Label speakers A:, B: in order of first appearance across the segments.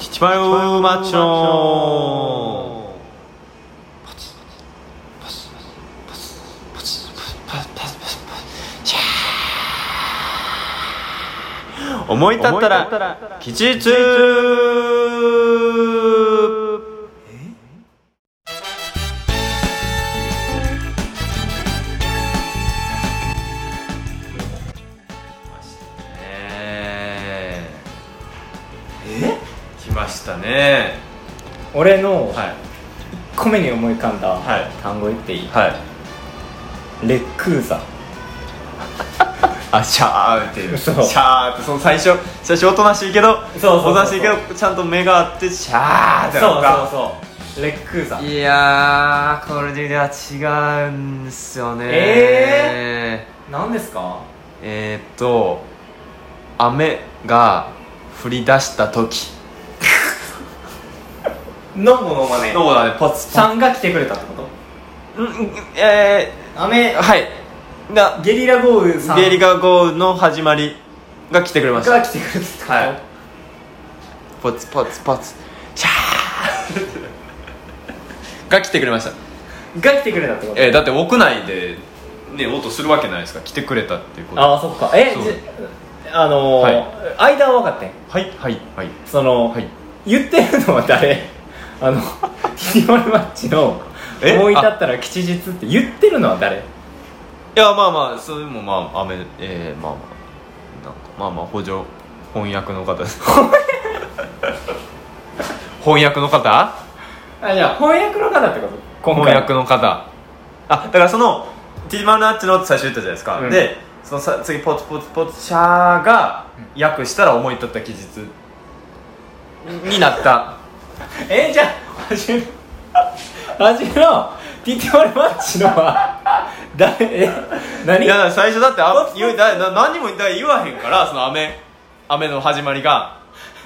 A: キチマヨマッチョ思い立ったら吉日え
B: え
A: 来ましたね
B: 俺の
A: はい
B: 1個目に思い浮かんだ
A: はい
B: 単語言っていい、
A: はい
B: レックーザ
A: あシャーっていうシ
B: そ
A: ャ
B: う
A: ーってその最初最初おとなしいけど
B: そうそうそう
A: おとなしいけどちゃんと目があってシャーってなった
B: そうそうレックーザ
A: いやーこれでは違うんですよね
B: え何ですか
A: えーっと雨が降り出した時
B: のものまね
A: そうだねポツ
B: さんが来てくれたってこと
A: うんうんえ
B: 雨
A: ー、はいな
B: ゲリラ豪雨さん
A: ゲリラ豪雨の始まりが来てくれました
B: が来てくれたってこと、
A: はいポツポツポツシャーが来てくれました
B: が来てくれたってこと
A: えーだって屋内でね音するわけないですか来てくれたっていうこと
B: ああそっかえ
A: そう
B: じあのー間は分かってん
A: はいはいはい
B: その、
A: はい
B: 言ってるのは誰あのティモルマッチの「
A: え
B: 思い立ったら吉日」って言ってるのは誰
A: いやまあまあそれもまあ雨えー、まあまあなんかまあまあ補助翻訳の方 です翻訳の方
B: あじゃあ翻訳の方ってこと今
A: 翻
B: 回
A: 訳の方あだからそのティーマルナッチのって最初言ったじゃないですか、
B: うん
A: でそのさ次ポツポツポツシャーが訳したら思い立った期日になった
B: えじゃあ初め初めのティティモルマッチのは誰え何
A: いやだから最初だって
B: ポ ツ
A: あ
B: ポツ
A: 言うだな何もだから言わへんからその雨雨の始まりが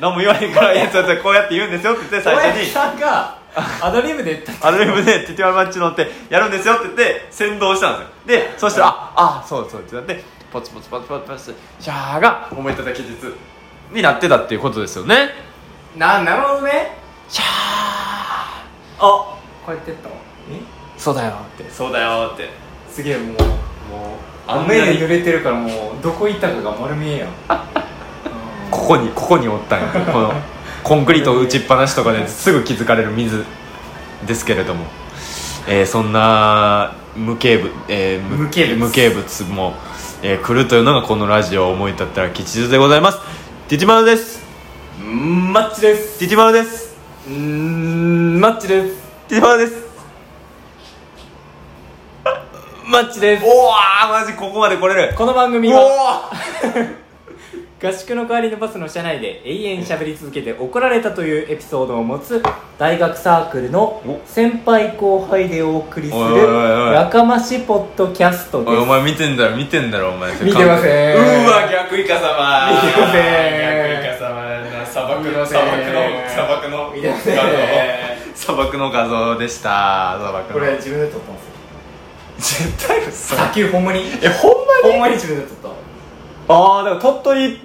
A: 何も言わへん から「いやちょっとこうやって言うんですよ」って言って最初
B: 小林
A: に
B: さんがアドリブで言ったって
A: アドリブで「ティティマルマッチの」ってやるんですよって言って先導したんですよでそしたら「ああそうそう」ってなってポツポツポツポツポツシャーが思い立った期日になってたっていうことですよね
B: ななるほどね
A: シャー
B: あこうやってやったのえ
A: そうだよってそうだよって
B: すげえもう
A: もう
B: 雨で濡れてるからもうどこ行ったかが丸見えやんうん
A: ここにここにおったん やこのコンクリートを打ちっぱなしとかですぐ気づかれる水ですけれども、えーそんな無形物、えー
B: 無形物
A: 無形物も、えー来るというのがこのラジオを思い立ったら吉日でございますティティマルです
B: マッチです
A: ティティマルです
B: うんマッチです
A: ティティマルです
B: マッチです
A: おわマジここまで来れる
B: この番
A: お
B: 組は
A: わ
B: 合宿の代わりのバスの車内で永遠喋り続けて怒られたというエピソードを持つ大学サークルの
A: お
B: 先輩後輩でお送りす
A: おいおいおいお
B: る
A: い
B: やかましポッドキャストで
A: おいお
B: す
A: 前見てんだろ見てんだろお前
B: 見てません
A: うわ逆イカ様
B: 見てませ
A: 逆
B: ん
A: イカ様な砂漠
B: 見て
A: の
B: ません
A: 砂漠の砂漠の
B: 見てません
A: 像砂漠の画像でした砂漠の
B: 自分で撮ったんですよ
A: 絶対嘘
B: 砂丘ほんまに
A: えほんま
B: ほんまに自分で撮った
A: ああでも鳥取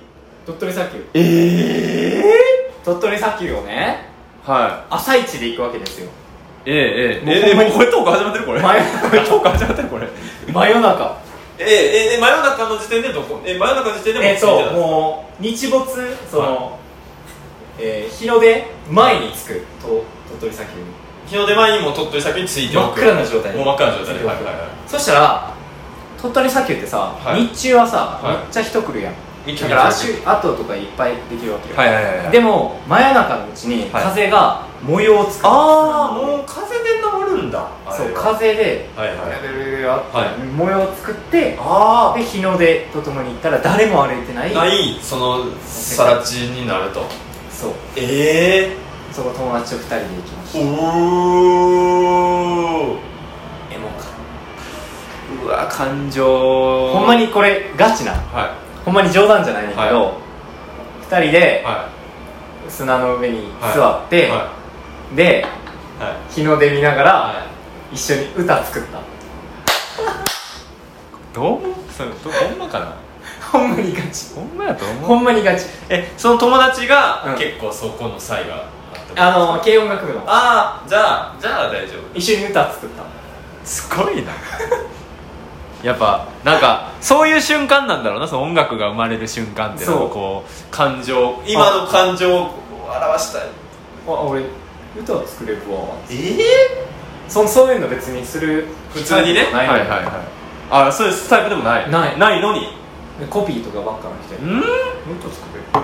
B: 鳥取砂丘
A: ええ
B: 鳥取砂丘をね
A: は
B: 朝一で行くわけですよ
A: いええ
B: もう
A: えええ
B: ほんま
A: も
B: に
A: うこれトーク始まってるこれ
B: 真夜
A: これトーク始まってるこれ
B: 真夜中
A: ええええ真夜中の時点でどこえ真夜中の時点でも
B: えっと
A: う
B: もう日没その、えー日の出前に着くと鳥取砂丘に
A: 日の出前にもう鳥取先についてお
B: 真っ
A: く
B: 暗な状態
A: もう真っ暗な状態ではいはいはい
B: そしたら鳥取砂丘ってさ、
A: はい
B: 日中はさ、
A: はい
B: めっちゃ人来るやん
A: めっちゃ
B: だ
A: 人来る
B: から足跡とかいっぱいできるわけよ、
A: はいはいはいはい
B: でも真夜中のうちに
A: はい
B: 風が模様を作る、
A: ああもう風で治るんだ
B: そう風で
A: はいはい
B: ビャビャビャビャって
A: はい
B: 模様を作って、
A: あ
B: で日の出とともに行ったら誰も歩いてない
A: あないそのさら地になると
B: そう
A: ええ
B: そこ友達と二人で行きました
A: おお
B: エモか
A: うわ感情
B: ほんまにこれガチな
A: は
B: ほんまに冗談じゃないんだけど、二人
A: い
B: で
A: は
B: 砂の上に
A: はい
B: 座っ
A: い
B: て、
A: は
B: で
A: いはい
B: 日の出見ながら、
A: は
B: 一緒に歌作った
A: いどうそれどほんまかな
B: ほんまにガチ
A: ほんまやと思う
B: ほんまにガチ
A: えその友達
B: う
A: が
B: ん
A: 結構そこの才があった
B: あの軽音楽部の
A: あーじゃあじゃあ大丈夫
B: 一緒に歌作った
A: すごいなやっぱなんかそういう瞬間なんだろうなその音楽が生まれる瞬間っていうの
B: そ
A: を
B: う
A: こう感情今の感情を表したい
B: あ俺歌作れるわ
A: え
B: そそういうの別にする
A: 普通にね
B: ない
A: はいはいはいあそういうタイプでもない
B: ない
A: ないのに
B: コピーとかばっかの人や
A: うん
B: 歌作れ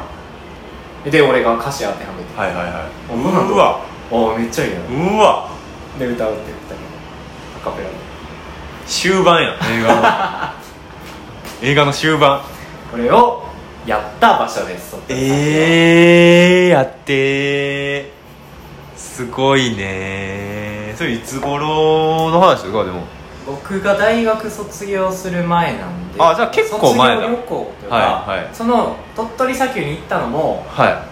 B: るで俺が歌詞当てはめて
A: はいはいは
B: あ
A: いうわ
B: ああめっちゃいいな
A: うわ
B: で歌うって言ったけどアカペラで
A: 終盤や映画 の映画の終盤
B: これをやった場所です
A: ええー、やってーすごいねーそれいつ頃の話ですかでも
B: 僕が大学卒業する前なんで
A: あじゃあ結構前だ
B: 卒業旅行というか、
A: はいはい
B: その鳥取砂丘に行ったのも
A: は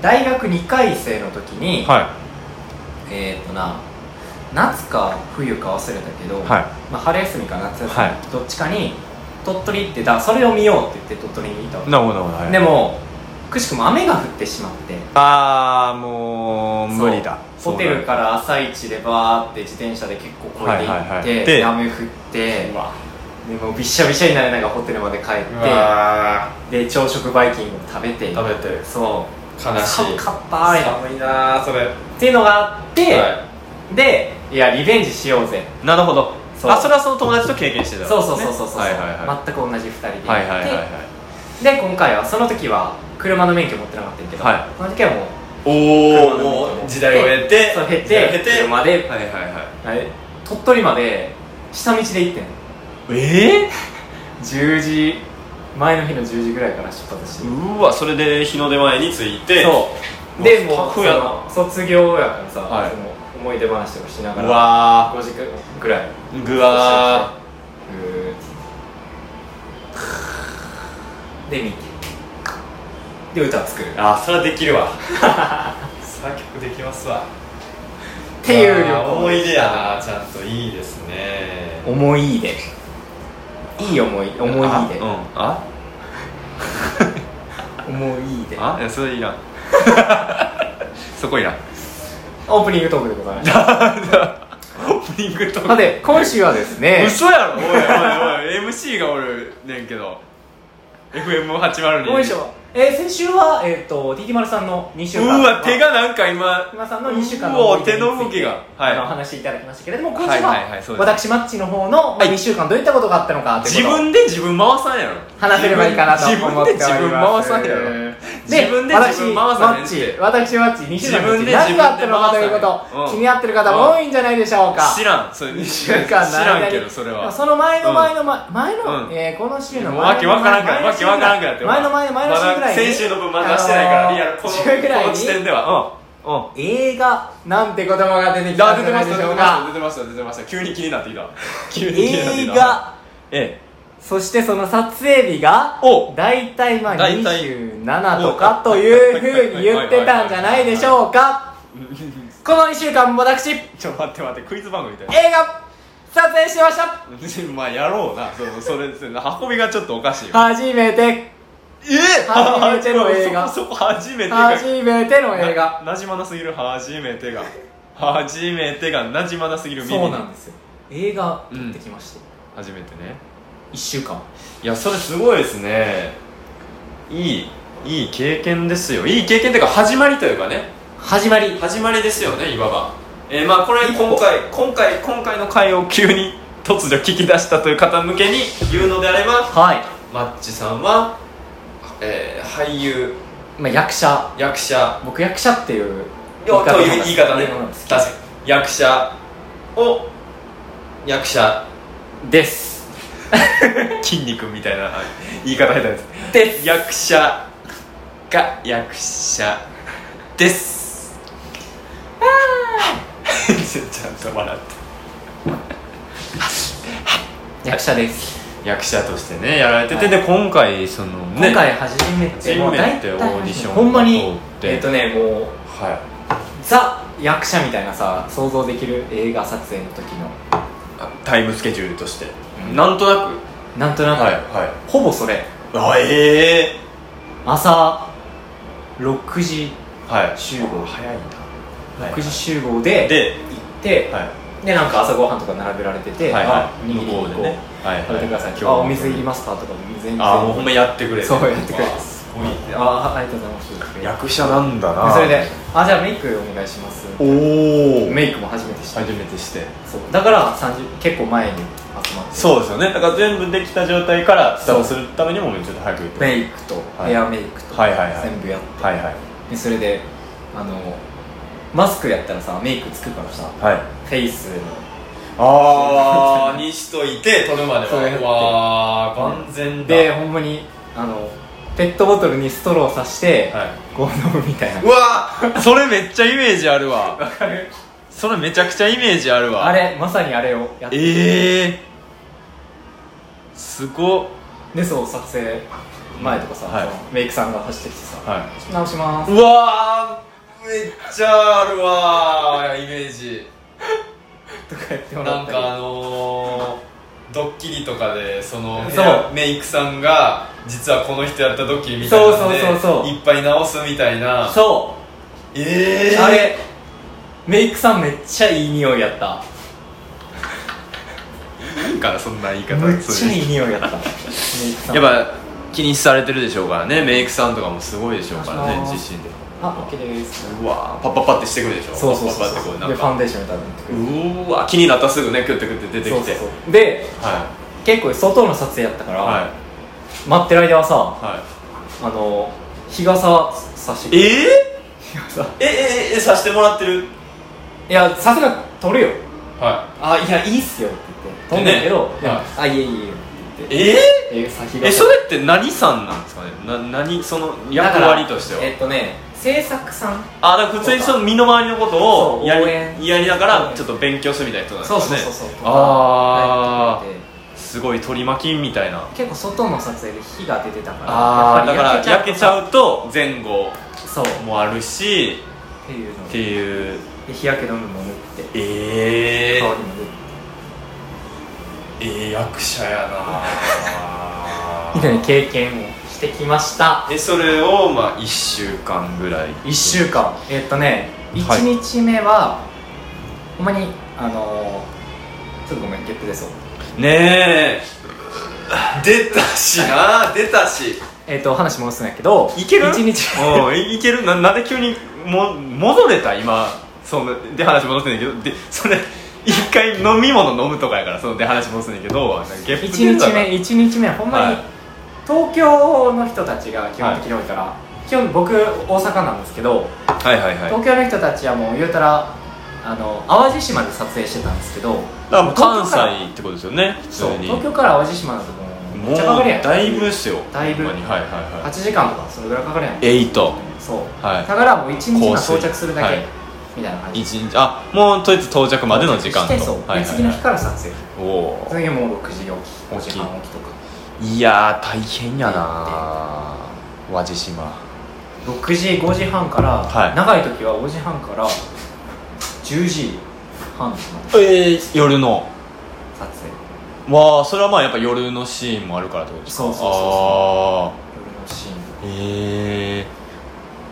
B: 大学2回生の時
A: い
B: に、
A: はい
B: えーっとな夏か冬か忘れたけど、
A: はい
B: まあ、春休みか夏休み、
A: はい
B: どっちかに鳥取行ってだそれを見ようって言って鳥取に行ったわけ
A: なるほどなるほど、はい、
B: でもくしくも雨が降ってしまって
A: ああもう無理だ
B: そうホテル
A: か
B: から朝一でバーって自転車で結構越
A: はい
B: えて行って、
A: はいはいで
B: 雨降って
A: うわ
B: でもうびっしゃびしゃになりながらホテルまで帰っ
A: わ
B: てで朝食バイキング食べて
A: 食べて
B: そう
A: 悲しい
B: 寒かったー
A: 寒いなーそれ
B: っていうのがあって、
A: は
B: でいやリベンジしようぜ
A: いなるほど
B: そう
A: あそれはその友達と経験してた
B: そうそうそうそうそう、
A: はいはいはい、
B: 全く同じ2人で行って、
A: はいはいはいはい
B: で今回はその時は車の免許持ってなかったんやけど、
A: はい
B: その時はもう
A: お
B: 車
A: お
B: の免許持
A: も
B: って
A: う時代を経て
B: そう経
A: 時代を
B: て車で、
A: はいはいは
B: あれ鳥取まで下道で行ってん
A: いええ
B: 10時前の日の10時ぐらいから出発して
A: うーわそれで日の出前に着いて
B: そうで
A: うわ
B: もう
A: タフやな
B: その卒業やからさ、
A: はい
B: その思い出話とかしなが
A: う
B: ら
A: わ
B: 5時間ぐらい
A: ーぐわ
B: うーで見てで歌作るっ
A: ーあーそれはできる わ作曲できますわ
B: ていう旅
A: わー
B: 行
A: 思い出やなちゃんといいですね
B: 思い出いい思い思
A: あう
B: い出、
A: んあ
B: 思い出
A: あいやそれいい なそこいいな
B: オープニングトークでござい ました
A: オープニングと
B: さて今週はですね
A: 嘘やろおいお いおい MC がおるねんけど FM802
B: よいしょ、えー、先週は、えー、と TT 丸さんの2週
A: う
B: 間
A: わ手がなんか今
B: 今さんの2週間
A: う
B: の
A: お
B: 思い出について
A: 手の動きがはい
B: あのお話しいただきましたけれども今週は,、
A: はいはいはいそうです
B: 私マッチの方の、まあ、
A: はい
B: 2週間どういったことがあったのかとい
A: 自
B: うことを
A: 分で自分回さんやろ
B: 話せればいいかなと思っております
A: 自分で自分回さんやろ自分で自分回さんやんて
B: で私マッチ私マッチ2週間のうち
A: 自分で
B: 何があったのかということ、
A: 自分で回さんやんうん
B: 気になってる方も多いんじゃないでしょうか
A: 知らんそれ2
B: 一
A: 週
B: 週
A: 間知
B: 間の間
A: ら
B: に
A: んけどそれは
B: その前の前の前前の、
A: うん
B: えーこの週の
A: もうわけわからんから
B: 前
A: わ
B: の週
A: けわからん
B: ぐらい
A: くなって
B: 前の前の前の週ぐらいに
A: まだ先週の分まだ出してないから
B: あのー
A: リアルこの
B: 週ぐらいに
A: この時点ではうんうん
B: 映画なんて言葉が出てきた
A: あ
B: ん
A: 出
B: じ
A: て
B: ゃ
A: ま
B: ない
A: し
B: で
A: た
B: しょう
A: 出
B: か
A: てました出てました出てました急に気になってき た急に気になってき
B: 映
A: た
B: 画
A: え
B: そしてその撮影日が
A: えお
B: 大体まあ
A: 大体
B: 27とかというふうに言ってたんじゃないでしょうかこの2週間私映
A: ちょ待って待ってクイズ番組みたいな
B: 画撮影しました
A: まあやろうなそのそれそれ運びがちょっとおかしいよ
B: 初めて
A: え
B: 初めての映画
A: そこそこ初めてが
B: 初めての映画
A: ななじまなすぎる初めてが初めてがなじまなすぎる耳
B: そうなんですよ映画撮ってきまして、
A: 初めてね
B: 1週間
A: いやそれすごいですねいいいい経験ですよいい経験というか始まりというかね
B: 始まり
A: 始まりですよねいわばえー、まあこれ
B: 一歩
A: 今回今回今回の回を急に突如聞き出したという方向けに言うのであれば
B: はい、
A: マッチさんは、えー、俳優
B: まあ、役者
A: 役者
B: 僕役者っていう
A: よという言い方ね
B: 言いなんです
A: 確かに役者を役者
B: です
A: 筋肉みたいな言い方下手です
B: です
A: 役者が役者ですあちゃんと笑って
B: 役者です
A: 役者としてねやられてて、で今回そのね
B: 今回初めてもう
A: 初めて
B: 大体
A: オーディション
B: ほんま
A: を
B: に
A: 通って
B: えっ、とねもう
A: はい
B: ザ役者みたいなさ想像できる映画撮影の時の
A: あタイムスケジュールとして、
B: うん
A: なんとなく
B: なんとなく、
A: は
B: ほぼそれ
A: いあええ
B: 朝6時
A: はい
B: 集合
A: 早いんだ
B: 6時集合で
A: で
B: 行って、
A: はい
B: でなんか朝ごはんとか並べられてて、
A: はい
B: あ
A: はい
B: おにぎり
A: 向こうでね
B: こう
A: はいはい
B: 食べてください、
A: 今日
B: あ
A: は
B: お水いりますかとか全然
A: ああもうほんまやってくれる
B: そうやってくれる
A: わあすごい
B: あありがとうございます
A: 役者なんだな
B: それで「あじゃあメイクお願いします」
A: おお
B: メイクも初めてした、
A: 初めてして
B: そうだから30結構前に集まって
A: そうですよねだから全部できた状態からスタートするためにもちょっと早く行って
B: メイクと
A: はい
B: ヘアメイクと
A: はいはいはい
B: 全部やって、
A: はいはい
B: でそれであのマスクやったらさメイクつくからさ
A: はい
B: フェイスの
A: ああにしといて撮るまで
B: そうやって
A: はわあ完全だ
B: でほんまにあのペットボトルにストローさして、
A: はい
B: こう飲むみたいな
A: うわーそれめっちゃイメージあるわ
B: わかる
A: それめちゃくちゃイメージあるわ
B: あれまさにあれをやって
A: ええー、すごっ
B: でそう撮影前とかさ、
A: はい
B: そのメイクさんが走ってきてさ
A: は
B: 「直しまーす
A: い」うわーめっちゃあるわーイメージ
B: とか言ってもら
A: な
B: っ
A: ん
B: たり
A: かあのー、ドッキリとかでその
B: そう
A: ヘアメイクさんが実はこの人やったドッキリみたいなので
B: そうそうそうそう
A: いっぱい直すみたいな
B: そう
A: ええー、
B: あれメイクさんめっちゃいい匂いやった
A: いいからそんな言い方
B: めっちゃい
A: い
B: い匂いやったメイクさん
A: やっぱ気にされてるでしょうからねメイクさんとかもすごいでしょうからね
B: あー
A: 自身で
B: あオッケーです
A: うわーパッパッパってしてくるでしょ
B: そうそうそ
A: パ
B: う
A: ッパッパってこうなん
B: でファン
A: か
B: デーションみたいなの塗って
A: う
B: くる
A: ーわ気になったらすぐねキュッてキュッて出て
B: そ
A: き
B: う
A: て
B: そうそうで
A: は
B: 結構外の撮影やったか
A: い
B: ら、
A: は
B: 待ってる間はさ
A: いはい
B: あの日傘さして
A: え
B: 日傘
A: ええええさしてもらってる
B: いやさすが撮るよ
A: は
B: あいやいいっすよって言って撮んねんけど、
A: ね
B: いや
A: はい
B: あいえいえいえって言って
A: え
B: ええさ日
A: ー、えそれって何さんなんですかねな何その役割としては
B: えっとね制作さん
A: あだから普通にその身の回りのこと
B: そ
A: を
B: う
A: や
B: 応援
A: りやりなが
B: 応
A: ら
B: 援
A: ちょっと勉強するみたいな人なんです
B: そう
A: かね
B: そうそうそう
A: あ
B: はい
A: あすごい取り巻きみたいな
B: 結構外の撮影で火が出てたから
A: ああだから
B: やっ
A: 焼
B: ぱり
A: けちゃうと前後
B: そうっ
A: もあるし
B: ていうの
A: っ
B: を
A: て
B: で
A: いう
B: 日焼け止めも塗って
A: ええ
B: 顔
A: ー
B: にも塗って
A: えー、役者やな
B: みたいな経験をしてきました
A: えそれをまあ1週間ぐらい
B: 1週間えーっとね
A: はい
B: 1日目は、ほんまにあのー、ちょっとごめんゲップ出そう
A: ねえ出たしな出たし
B: えーっと話戻すんやけど
A: いける
B: 1日
A: うんいいけるななんで急にも戻れた今そので話戻ってんねんけどでそれ一回飲み物飲むとかやからそので話戻すねんけどなんかゲップ
B: 1
A: 出た
B: 日
A: な
B: 目1日目ほんまに、
A: はい
B: 東京の人たちが基本的に多いから、基本僕大阪なんですけど
A: はいはいはいだか
B: 東京の人たちはもう言うたらあの淡路島で撮影してたんですけど
A: らもう関西ってことですよね普通
B: そう
A: に
B: 東京から淡路島だともうめ
A: も
B: っ
A: う
B: ちゃかかるやん
A: だいぶっすよ
B: だいぶ
A: ほんまにはいはいは
B: 8時間とかそれぐらいかかるやん
A: いエイト
B: そう、
A: はい
B: だからもう1日間
A: 香水
B: 到着するだけ、
A: はい
B: みたいな感じ
A: 一日あもうとりあえず到着までの時間
B: して
A: と
B: そう、で
A: はいはい
B: 次の日
A: は
B: から撮影
A: いおー
B: 次もう6時起
A: 起き
B: き5時半起きとか
A: いやー大変やなー淡路島
B: 6時5時半から、
A: はい
B: 長い時は5時半から10時半まで
A: ええ夜の
B: 撮影
A: わあそれはまあやっぱ夜のシーンもあるからってことですか
B: そうそうそうそう
A: あ
B: 夜のシーン
A: ーえ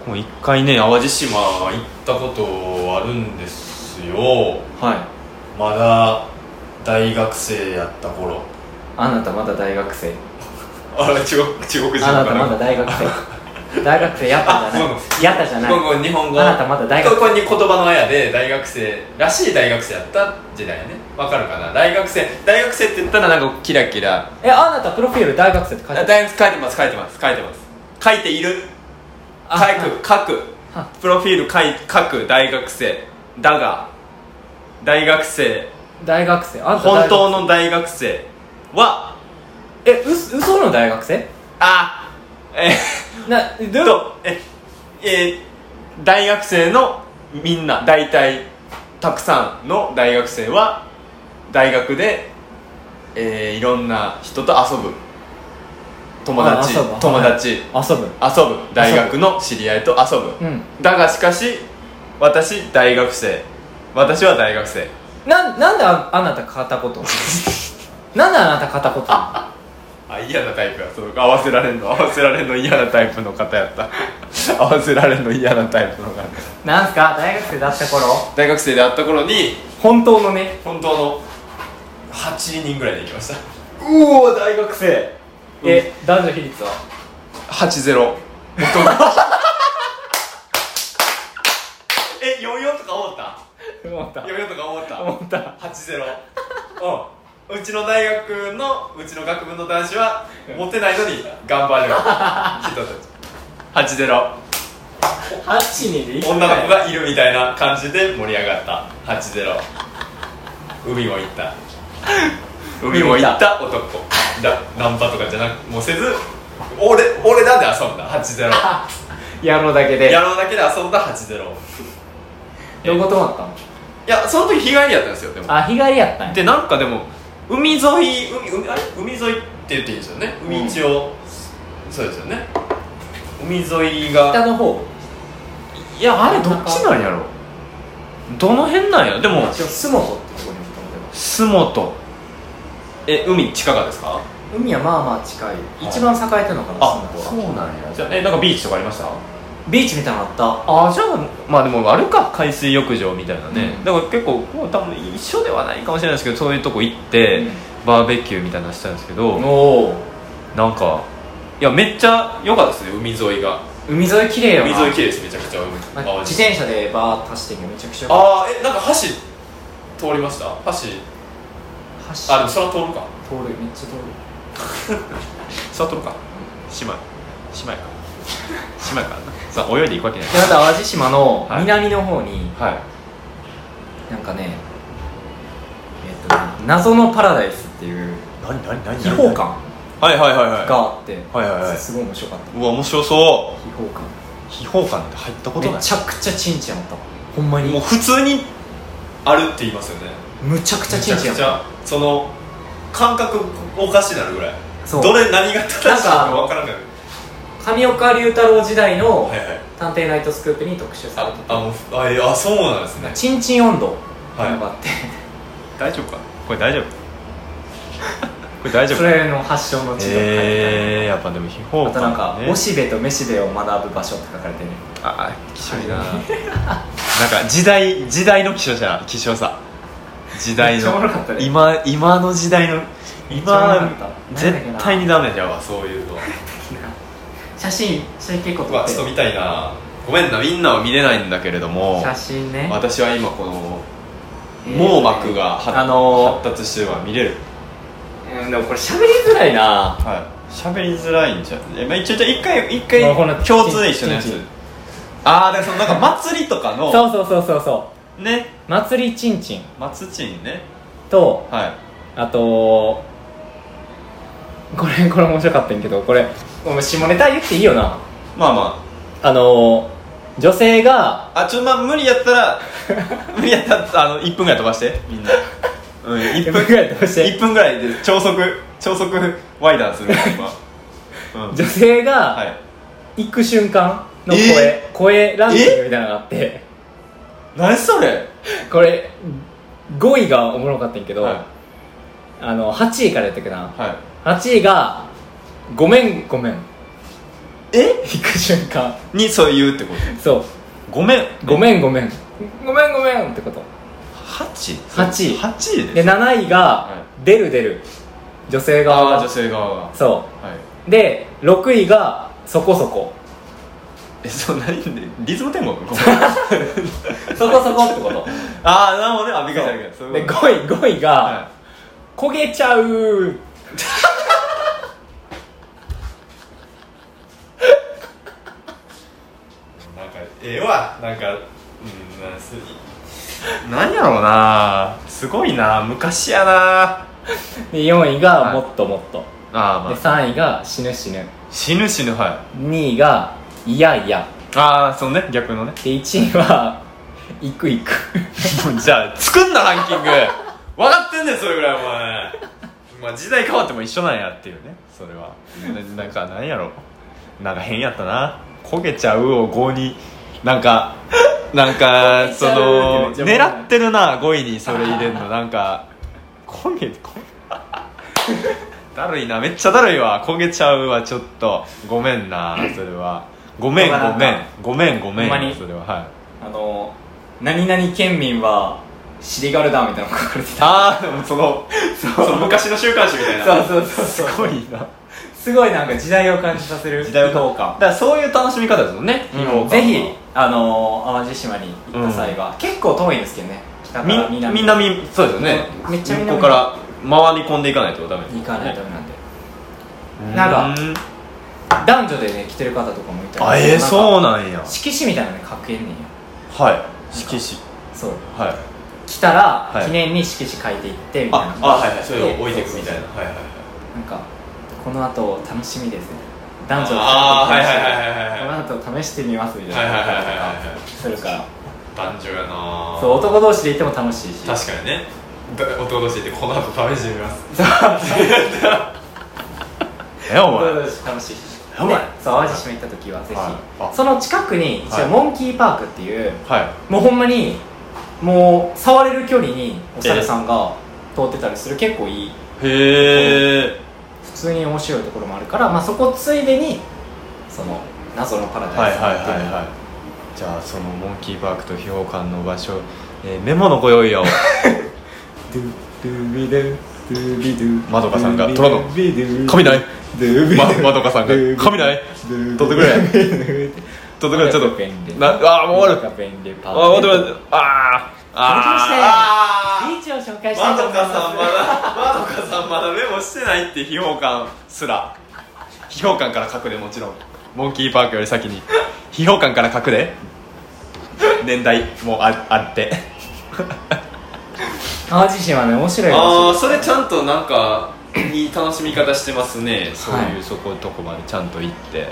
A: えもう一回ね淡路島行ったことあるんですよ
B: はい
A: まだ大学生やった頃
B: あなたまだ大学生
A: あれ中国中国人
B: あなたま
A: な
B: だ大学 生大学生やったじゃ
A: あそうなん
B: な
A: で
B: いやったじゃない
A: ごめんごめん日本語
B: あなたまだ大学
A: ここに言葉のあやで大学生らしい大学生やった時代ねわかるかな大学生大学生って言ったらなんかキラキラ
B: えあなたプロフィール大学生って書いてあ
A: あ
B: る
A: 大学書いてます書いてます書いてます書いている
B: あ
A: 書く書く
B: は
A: プロフィール書い書く大学生だが大学生
B: 大学生あなた
A: 本
B: 大学
A: 当の大学生は
B: えう嘘の大学生
A: あえ
B: などう
A: ーっとええー大学生のみんな大体たくさんの大学生は大学で、えーいろんな人と遊ぶ友達
B: あ遊ぶ
A: 友達
B: 遊ぶ
A: 遊ぶ大学の知り合いと遊ぶ
B: うん
A: だがしかし私大学生私は大学生
B: ななんでああなた片言なんであなた片言
A: あ嫌なタイプやその合わせられんの合わせられんの嫌なタイプの方やった 合わせられんの嫌なタイプの方
B: なんすか大学生だった頃
A: 大学生で会った頃に
B: 本当のね
A: 本当の8人ぐらいで行きましたうおー大学生
B: え、男女比率は
A: 80 え44とか思った
B: 思った
A: 44とか思った
B: 思った
A: 80うんうちの大学のうちの学部の男子はモテないのに頑張る人たち80
B: 8人でいい
A: 女の子がいるみたいな感じで盛り上がった80海も行った海も行った男だナンパとかじゃなくもうせず俺俺だで遊んだ80
B: やろうだけで
A: やろうだけで遊んだ80
B: どこ泊まったの
A: いやその時日帰りやったんですよでも
B: あ、日帰りやったんや
A: でなんかでも海沿い海海あれ海沿いって言っていいんですよね海一を、そうですよね海沿いが
B: 北の方
A: いやあれどっちなんやろどの辺なんやでも
B: 一応洲本ってとこにも泊まってます
A: 洲本え海近かですか
B: 海はまあまあ近い一番栄えてるのかな洲本は
A: うなんやじゃあえなんかビーチとかありました
B: ビーチみたいなのあった
A: あじゃあまあでもあるか海水浴場みたいなね、
B: うん
A: だから結構もう多分一緒ではないかもしれないですけどそういうとこ行って、
B: うん
A: バーベキューみたいなのしたんですけど、
B: おお
A: なんかいやめっちゃ良かったですね海沿いが
B: 海沿い綺麗よ
A: 海
B: な
A: 沿い綺麗ですめちゃくちゃ
B: まあ
A: 淡路
B: 自転車でバーッと走ってんけどめちゃくちゃ
A: ああえなんか橋通りました橋
B: 走
A: あでも空通るか
B: 通るめっちゃ通る
A: 空通るか島島やか島やかさあ泳いでいくわけない
B: でまた淡路島の
A: はい
B: 南の方に、
A: はい
B: なんかねえっ、とね謎のパラダイスっていう
A: 何何何
B: 秘宝館
A: はいはいはいはい
B: があって、
A: はいはいはい
B: すごい面白かった
A: うわ面白そ
B: 秘宝
A: う秘宝館って入ったこ
B: 館めちゃくちゃチンチンあったわほんま
A: もう
B: に
A: 普通にあるって言いますよね
B: むちゃくちゃ
A: め
B: チンチンあっ
A: ゃその感覚おかしになるぐらい
B: たそ
A: ど
B: う
A: れ何が正しいのか分からない
B: 上岡龍太郎時代の
A: はいはい
B: 「探偵ナイトスクープ」に特集され
A: あ
B: てて
A: あもうあいやそうなんですね
B: チンチン温度っていうのが
A: は
B: あって、
A: い大丈夫かこれ大丈夫 これ大丈
B: そ
A: 夫
B: れの発祥の地とか書いてたりとか
A: えー、やっぱでも秘宝
B: あとなんか、お
A: ね
B: しべとめしべを学ぶ場所って書かれてる
A: ああ希少いななんか時代時代の希少さ希少さ時代
B: めっちゃおも
A: の
B: ろかったね
A: 今今の時代の
B: めっちゃお
A: 今
B: もろかった
A: 絶対にダメじゃわそういうの
B: 写真写真結構
A: う
B: 撮
A: わ
B: っ
A: ちょってと見たいなごめんなみんなは見れないんだけれども
B: 写真ね
A: 私は今この
B: えー
A: 網膜が発,、
B: あの
A: 発達してるから見れる
B: ーうんでもこれ喋りづらいな
A: はい喋りづらいんじゃえ、まあ、一応じゃあ一回一回
B: まあほら
A: 共通で一緒のやつ
B: ちんちん
A: ああだからそのなんか祭りとかの
B: そうそうそうそうそう
A: ね
B: 祭りちんちん
A: 松賃ね
B: と
A: はい
B: あとこれこれ面白かったんやけどこれもう下ネタ言っていいよな
A: まあま
B: あのー女性が
A: ああちょっとまあ無理やった ら無理やったらあの1分ぐらい飛ばしてみんな うん1
B: 1分ぐらい飛ばして
A: 1分ぐらいで超速超速ワイダ ーする今、うん、
B: 女性
A: は
B: が
A: い
B: 行く瞬間の声、
A: え
B: 声ランキングみたいなのがあって
A: 何それ
B: これ5位がおもろかったんやけど、
A: はい
B: あの8位からやったっけな
A: は
B: 8位が「ごめんごめん」
A: いえ
B: 行く瞬間
A: にそう言うってこ
B: そう
A: とごめん
B: 「ごめんごめん」ごめんごめんってこと
A: 八
B: 八位
A: 八位で
B: です7位
A: は
B: が「出る出る」女性
A: ああ
B: 側
A: 女性側が
B: そ
A: はいう
B: で6位が「そこそこ
A: えそう何でリズム天国ごめん」
B: そこそこってこと
A: ああなるほどねあびっくりしたびっくりしたそうい
B: で
A: うこ
B: 5位5位
A: と
B: が
A: は
B: 「焦げちゃう」
A: いなんかええわなんかうんなんす何やろうなすごいな昔やな
B: で4位が
A: は
B: 「
A: い
B: もっともっと」
A: ああま
B: で
A: あ
B: 3位が「死ぬ死ぬ
A: 死ぬ死ぬは」
B: 2位が「いやいや
A: いああそのね逆のね」
B: で1位は 「行く行く」
A: もう じゃあ作んなランキング分かってんねんそれぐらいお前まあ時代変わっても一緒なんやっていうねそれはななんかなんやろなんか変やったな焦げちゃうを5になんかなん
B: 焦
A: か
B: げち
A: そ
B: ゃう
A: の
B: ってめっちゃ思う
A: 狙ってるな5位にそれ入れんのなんか焦げ焦げだるいなめっちゃだるいわ今月ちゃうわちょっとごめんなそれはごめん
B: ほんま
A: ご
B: なん
A: めん
B: か
A: ごめんごめん
B: ほんまに
A: それははい
B: あの何々県民は尻軽だみたいなの書かれてた
A: ああそのその昔の週刊誌みたいな
B: そうそうそうそう
A: すごいな
B: すごいなんか時代を感じさせる
A: 時代を
B: 感
A: だからそういう楽しみ方ですもんね、疲労感
B: ぜひあのー淡路島に行った際は、結構遠いんですけどね北から
A: み
B: 南
A: みんなみそうですよね
B: めっちゃ南
A: ここから回り込んでいかないとダメです
B: に
A: ね
B: 行かないとダメなんで、
A: うん
B: なん男女でね来てる方とかもいたり
A: あえー、そう
B: う
A: なんや
B: 色紙みたいなのね書けんねんや
A: はい色紙
B: そう
A: はい
B: 来たら、
A: はい
B: 記念に色紙書いていってみたいな
A: ああはいはいそれを置いていくみたいな
B: そうそう
A: はいはいはい
B: そうなんかこの後楽しみですね男女で
A: あーはいはいはいはいはい
B: この後試してみますみたい
A: は
B: ない
A: はいはいはいはい
B: とかするから
A: 男女やなぁ
B: そう男同士で行っても楽しいし
A: 確かにねだ男同士ってこの後試してみます えお
B: 男
A: 前
B: 同士楽しいし
A: やばい
B: でそう淡路島行った時はぜ
A: はいあ
B: ひその近くに一
A: はい
B: 応モンキーパークっていう
A: はい
B: もうほんまにもう触れる距離にお猿さんが通ってたりする結構いい
A: へえ
B: 普通に面白いところもあるから、まあ、そこついでにその謎のパラ
A: は
B: ダ
A: い
B: イス
A: はい
B: って
A: は
B: う
A: い
B: のを
A: はいじゃあそのモンキーパークと秘宝館の場所、えーメモのご用意を
B: ドゥドゥビドゥドゥビドゥ
A: まどかさんが虎の
B: 神
A: 神ない
B: ドゥビド
A: ま
B: ゥ
A: まどかさんが神ない取ってく
B: れ
A: ちょっとこれちょっと
B: ペンで
A: な あーもう終わる
B: かペンでパ
A: あ待って待ってあーあー
B: ビーチを紹介した
A: ま
B: いと
A: ど
B: 思い
A: か
B: ます
A: さんまだまどかさんまだメモしてないって秘宝館すら秘宝館から書くでもちろんモンキーパークより先に秘宝館から書くで年代もああって
B: 淡路島ね面白いよ
A: ああそれちゃんとなんかいい楽しみ方してますねそういう、
B: はい
A: そこのとこまでちゃんと行って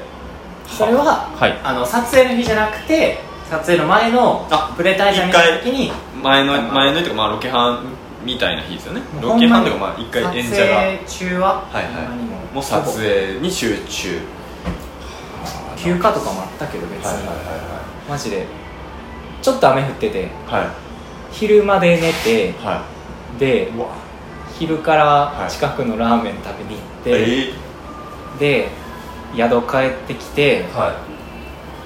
B: それは、
A: はい
B: あの撮影の日じゃなくて撮影の前の
A: あ
B: プレ滞在の時に
A: 前の
B: あの
A: 前の日とかまあロケハンみたいな日ですよね
B: もう
A: ロ
B: ほんま
A: ケ
B: に
A: ハンとかまあ一回演者
B: 撮
A: が
B: 影中は、
A: はいはい
B: ほんまにもう
A: もう撮影に集中
B: 休暇とかもあったけど別に、
A: はいはいは
B: マジでちょっと雨降ってて
A: いはい
B: 昼まで寝て
A: はいは
B: で
A: いわ
B: 昼から近くのラーメン食べに行って、
A: え
B: で宿帰ってきて
A: ー、はい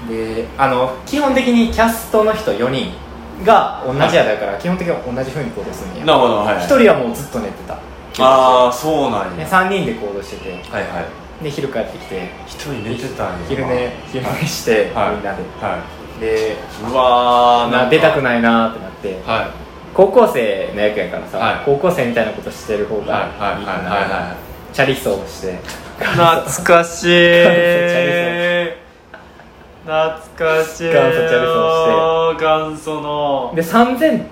B: であの基本的にキャストの人4人が同じやだから、基本的には同じふうに行動するんや
A: なるほどはい
B: 1人はもうずっと寝てた
A: ああそうなん
B: で
A: や
B: 3人で行動してて
A: はいはい
B: で昼帰ってきて
A: 一人寝てたんや
B: 昼寝昼寝して、
A: はい
B: みんなで
A: は
B: で
A: いうわー
B: な出たく
A: な
B: ないなーってなって
A: はい
B: 高校生の役やからさ、
A: はい
B: 高校生みたいなことしてる方
A: はいは
B: がいいか
A: い
B: な、
A: はいはいはい
B: チャリ走して
A: 懐かしい懐かしい
B: 元祖チャリソ
A: 元祖の
B: で3000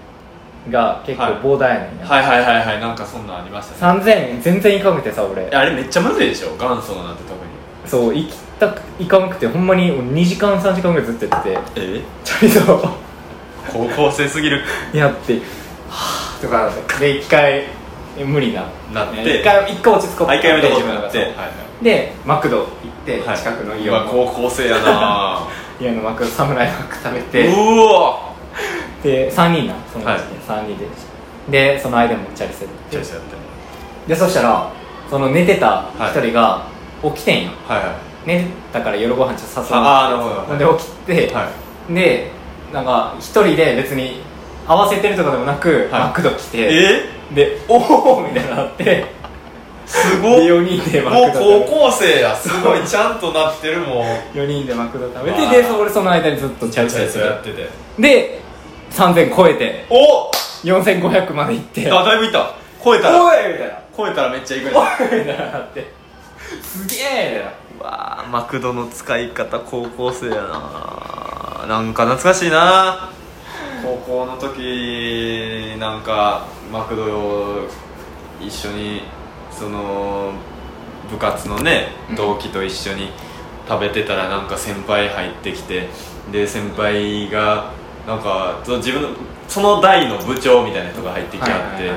B: が結構
A: はい
B: 膨大やねんや、
A: はいはいはいはいなんかそんなんありましたね
B: 3000全然行かんくてさ俺
A: いやあれめっちゃむずいでしょ元祖のなんて特に
B: そう行きたく行かんくてほんまに2時間3時間ぐらいずっとやってて
A: え
B: チャリ走
A: 高校生すぎる
B: やってはぁとかなってで一回え無理な
A: なって
B: 一回一回落ち着こう
A: 毎回やめたこと
B: 自
A: に
B: 分
A: な
B: の
A: って
B: 中ででマクド行って
A: はい
B: 近くのイ
A: う
B: オ
A: わ
B: ンの
A: 高校生やな
B: イオンのマクドサムライマック食べ
A: う
B: て
A: わ
B: で3人なその時
A: はい
B: ね、3人ででその間もチャリセ
A: チャリ
B: ット
A: ソやって
B: でそしたらその寝てた一人が起きてんよ、
A: はいはい
B: 寝てたから夜ご飯ちょっと誘う
A: ああなるほど
B: ほんで起きて、
A: はい
B: でなんか一人で別に合わせてるとかでもなく、
A: はい
B: マクド来て
A: え
B: でおおみたいになって
A: す
B: で
A: ごっ
B: 4人でマ
A: もう
B: クド
A: 高
B: 食
A: 校生やすごいちゃんとなってるもん
B: べ4人でマクド食べ
A: うわ
B: て
A: ー
B: でそ俺その間にずっとチャリ
A: チ
B: セ
A: ャリ
B: ッ
A: ソ
B: ト
A: やっ
B: や
A: てて
B: で3000超えて
A: お
B: 4500まで行って
A: あだいぶいった超えたら
B: おいみたいな
A: 超えたらめっちゃいくね
B: みたいなってすげえ
A: わあマクドの使い方高校生やななんか懐かしいな高校の時なんかマクドを一緒にその部活のね
B: うん
A: 同期と一緒に食べてたらなんか先輩入ってきてで先輩がなんかその自分のその代の部長みたいな人が入ってきてあっ
B: はいはいは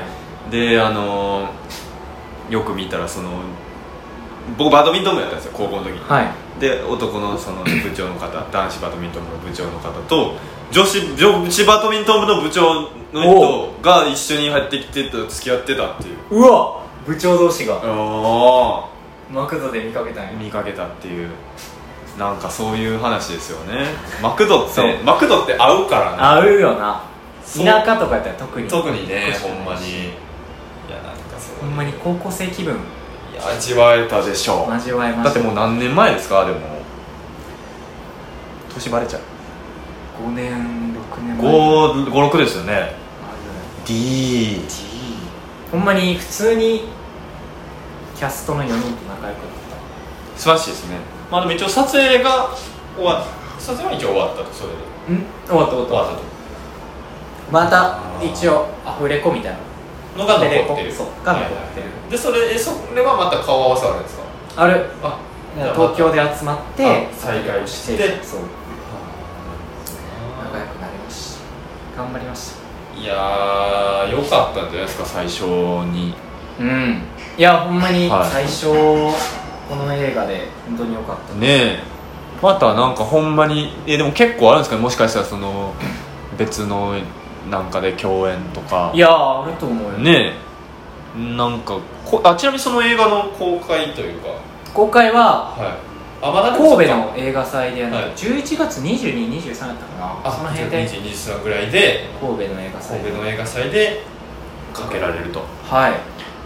A: てであのよく見たらその僕バドミントン部やったんですよ高校の時に、
B: はい
A: で男のその部長の方男子バドミントン部の部長の方と女子女子バドミントン部の部長の
B: お
A: 人が一緒に入ってきてた付き合ってたっていう
B: うわ部長同士が
A: おお
B: マクドで見かけたんや
A: 見かけたっていうなんかそういう話ですよねマクドっ
B: そう
A: てマクドって合うからね
B: 合うよな
A: そう
B: 田舎とかやったら特に
A: 特にね
B: 少
A: ほ
B: し
A: んまにいやなんかそ
B: ほんまに高校生気分
A: ういや味わえたでしょ
B: 交わえ
A: う
B: ま
A: だっ
B: してた
A: もう何年前ですかでも年バレちゃう
B: 5年6年前
A: 56ですよね
B: ある
A: D
B: ほんまに普通にキャストの4人と仲良くなっ
A: 素晴らしいですねまあでも一応撮影が終わった撮影は一応終わったとそれで
B: たん終わった終わった
A: 終わったと
B: また一応アフレコみたいな
A: のが残ってる
B: そうが残ってる
A: はいはいでそれえそれはまた顔合わせあるんですか
B: ある
A: あ
B: 東京で集まって
A: あ再会して
B: そう仲良くなりました頑張りまし
A: いやー良かったんじゃないですか最初に
B: たうんいやほんまに
A: はい
B: 最初、この映画で本当に良かった
A: ねえまたなんかほんまにえでも結構あるんですかねもしかしたらその別のなんかで共演とか
B: いやーあると思うよ
A: ねえなんかこあちなみにその映画の公開というか
B: 公開は
A: はいあまだ
B: 神戸の映画祭でやる、
A: はい
B: 11月2223だったかな
A: あそ
B: そ
A: の
B: の辺
A: 辺
B: で
A: で2223ぐらいで
B: 神戸の映画祭
A: 神戸の映画祭でかけられると
B: はい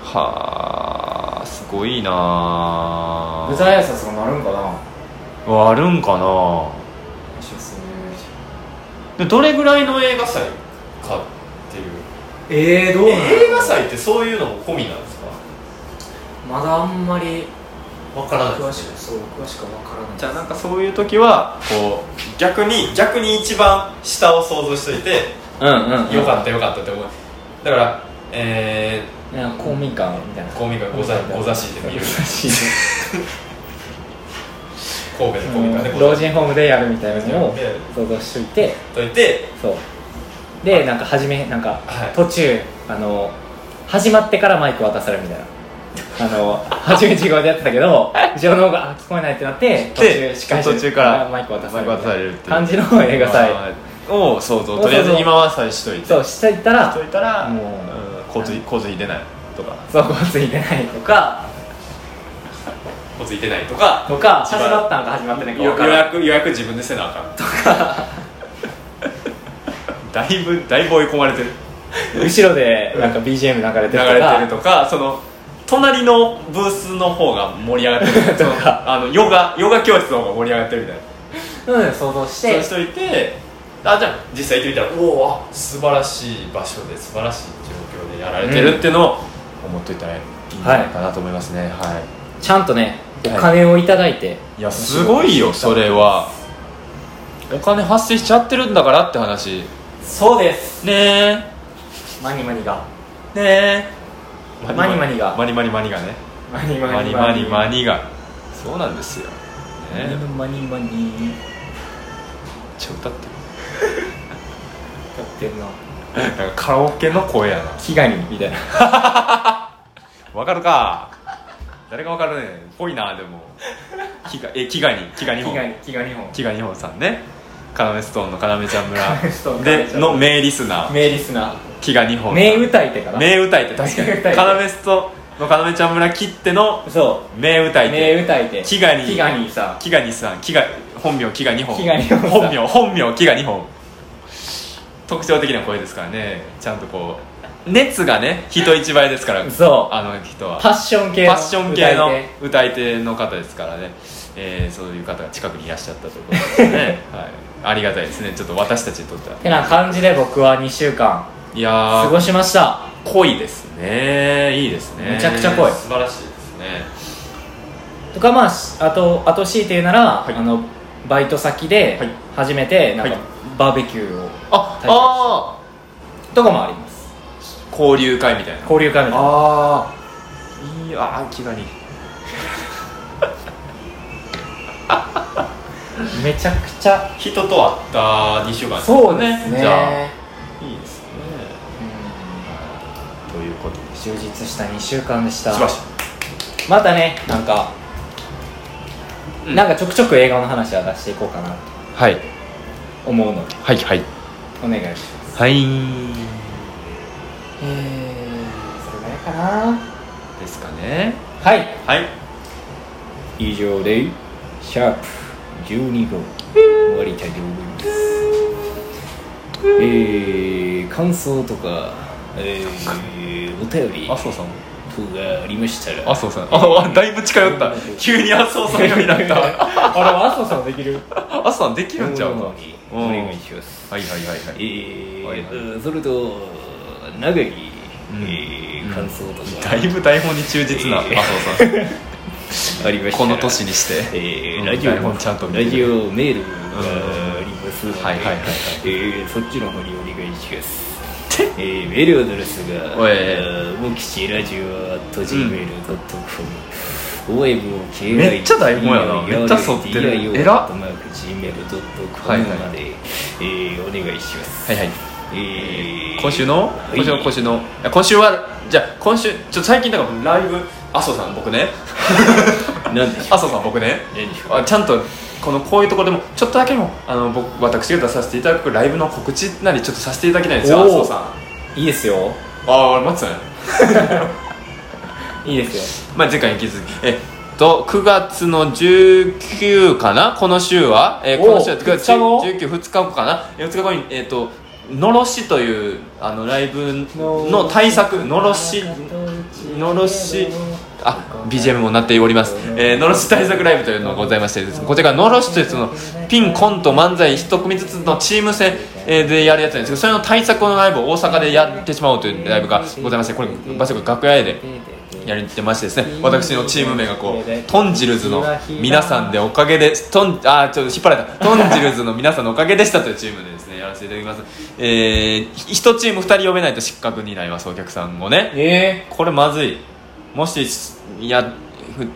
A: はあすごいなあ
B: 舞台挨拶がなるんかな
A: はあるんかなでどれぐらいの映画祭かっていう
B: えー、どうなの
A: 映画祭ってそういうのも込みなんですか
B: まだあんまり
A: わからない
B: 詳
A: で
B: し
A: す、
B: くそう詳しくは分からない
A: じゃあなんかそういう時はこう逆に逆に一番下を想像しといて
B: うんうん、
A: よかったよかったって思うだからえ
B: たなんか公民館みたいな
A: ー、公民館ござご座 敷で見る神戸の公民館でご
B: 老
A: 座敷
B: 人ホームでやるみたいなのを
A: で
B: 想像しといて
A: といて
B: そうでなんか初めなんか
A: はい
B: 途中あの始まってからマイク渡されるみ たいなあの初め授業でやってたけど後ろの方があ聞こえないってなって途
A: で
B: 中司会者
A: 途中から
B: マイク渡さ
A: マ
B: れ
A: イク
B: るみ
A: 渡さ
B: たい
A: れるって
B: な感じの映画祭
A: を想像
B: を
A: とりあえず
B: 想像
A: 今はさえしといて
B: そうしていった
A: し
B: ら
A: といたら
B: もう
A: うん交通交通費出ないとか
B: そうこついてないとか
A: 交通費出ないとか
B: とか
A: 一
B: 始
A: 番
B: まったんか始まってないか分
A: 予
B: からん
A: 約予約自分でせなあかんとか だいぶだいぶ追い込まれてる
B: 後ろでなんか BGM 流れて
A: 流
B: る
A: れ
B: と
A: て
B: か
A: るとかその隣のブースの方が盛り上がって るそのあのヨガヨガ教室の方が盛り上がってるみたいな
B: うん想像し
A: そう
B: て
A: しといてあじゃあ実際行ってみたらおおあ素晴らしい場所で素晴らしい状況でやられて
B: うん
A: るっていうのを思っといたらいいんじゃないかなと思いますね、はい
B: ちゃんとねお
A: はい
B: 金をいただいて
A: いやすごいよそれはお金発生しちゃってるんだからって話
B: そうです
A: ね
B: マニマニが
A: えねえ
B: マニマニが
A: マニマニマニがね
B: マニ
A: マニマニマニがそうなんですよ、ねえ、めっ
B: マニマニ
A: ちゃ歌って
B: 歌ってんな
A: るなんかカラオケの声やな
B: キガニみたいな
A: わかるか誰がわかるねんぽいなでもキガえキガニキガニ
B: キ
A: ホン
B: ガニキガニ本
A: キガニホンさんねカナメストーンのカナメちゃん
B: カナメストー
A: 村
B: ンカナメち
A: で
B: ゃん村
A: の名リスナー
B: 名リスナ
A: キガニホ
B: ー
A: ン
B: 名歌い手から
A: 名歌い手確
B: 名歌い
A: か
B: 手
A: にカナメストのカナメちゃん村切っての
B: そ
A: 名歌
B: う
A: い
B: 名
A: 手
B: 歌い手
A: キガニ
B: キガニさ
A: キガニさんキガ本名キガニホン
B: キガニホンさん
A: 本名本名キガニホン特徴的な声ですからねちゃんとこう熱がね人一倍ですから
B: そう
A: あの人は
B: パッション系
A: フ
B: の
A: ァッション系の
B: 歌い
A: 歌い手の方ですからね、えーそういう方が近くにいらっしゃったということです ね、はい、ありがたいですねちょっと私たちにとっては
B: 手てな感じで僕は2週間
A: いや
B: 過
A: ー
B: ごしました
A: 濃いですねいいですね
B: めちゃくちゃ濃い
A: 素晴らしいですね
B: とかまあしあとあと強いて言うなら、
A: はい
B: あのバイト先で
A: はい
B: 初めてなんか、
A: はい
B: バーベキューを
A: あ
B: 体験
A: あ
B: とかもあります
A: ー交流会みたいな
B: 交流会みたいな
A: ああいいああ気がに
B: めちゃくちゃ
A: 人と会った2週間
B: そうですね
A: じゃあいいですね
B: うん
A: ということでし
B: 充実した2週間でした
A: ばし
B: またねなんか、
A: うん
B: なんかちょくちょく映画の話は出していこうかなと
A: はい
B: 思うので
A: はいはい
B: お願いします
A: はい
B: えー、それぐらいかな
A: ですかね
B: はい
A: はい
B: 以上でシャープ12号終わりたいと思いますえー、感想とか、えー、お便り
A: 麻生さんも
B: 等がありましたら
A: 麻生さんああだいぶ近寄った急に麻生さんにな った
B: あれ麻生さんでき る
A: 麻生さんできるんちゃうか
B: お
A: はい
B: 願いします
A: はいはいは
B: え
A: い
B: ー
A: はいはい
B: それと長い、
A: うん
B: えー感想とか
A: だいぶ台本に忠実な麻生さん
B: ありましたら
A: この年にして
B: えー
A: うん
B: ラジオ
A: 台本ちゃんと見て
B: ラ
A: る
B: ジオメールがありますので、
A: うんはいはいはいはい
B: えーそっちの方にお願いします、えーメールアドレスが
A: おい
B: あーモキシラジオ .gmail.com、o m o k
A: めっちゃ台本やなめっちゃ沿ってる偉っ
B: gmail.com
A: はい
B: ま
A: は
B: で
A: い、
B: えーお願いします、
A: はいはい
B: えー
A: 今週の
B: はい
A: 今週の今週のいや今週はじゃあ今週ちょっと最近だからライブ麻生さん僕 ね
B: 何でしょ
A: 麻生さん僕ね
B: う何でしょう
A: あちゃんとこのこういうところでもちょっとだけでもあの僕私が出させていただくライブの告知なりちょっとさせていただきたいんですよ
B: おー
A: 麻生さん
B: いいですよ
A: ああ俺待ってたね
B: いいですよ
A: まあ、前回に引き続きえっと9月の19かなこの週は、えー
B: おう
A: この週は9月
B: 二日後
A: 19 2日後かなえー二日後にえっ、とのろしというあのライブの対策のろしのろしあ BGM もなっております、えーのろし対策ライブというのがございましてこちらがのろしというそのピンコント漫才一組ずつのチーム戦えーでやるやつなんですけどそれの対策のライブを大阪でやってしまおうというライブがございましてこれ場所が楽屋でやりてましてですね私のチーム名がこうトンジルズの皆さんでおかげでトンあーちょっと引っ張られたトンジルズの皆さんのおかげでしたというチームでですねやらせていただきますえー、1チーム2人呼べないと失格になりますお客さんもね
B: え
A: これまずいもしいや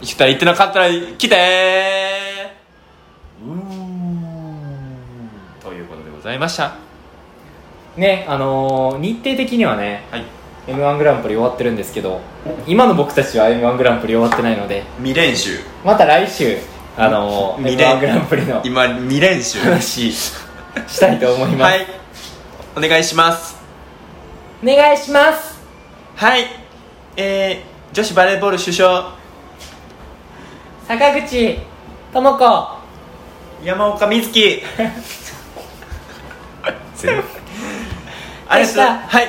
A: 2人行ってなかったら来てーうーんということでございました
B: ー、ねあのー、日程的にはね
A: はい
B: m 1グランプリ終わってるんですけど今の僕たちは m 1グランプリ終わってないので
A: 未練習
B: また来週あのー、m
A: 未練
B: 1グランプリの
A: 今未練習
B: 話したいと思います、
A: はいお願いします
B: お願いします
A: はい、えー、女子バレーボール主将
B: 坂口智子
A: 山岡瑞希ありがとうはい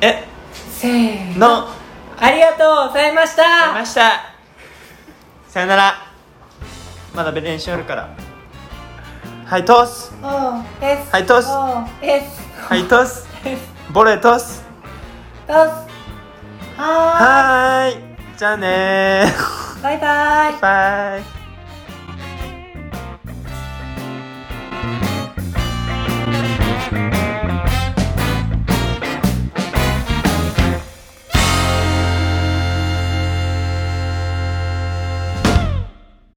A: え
B: せーの
A: の
B: ありがとうございまし
A: あり
B: た
A: ましたさよならまだ練習あるからはいトス
C: おうです。
A: はいトス
C: おうです。
A: はいトスボレートス
C: どうす。は
A: はーいじゃあね
C: ーい。バイバイ。
A: ーバイ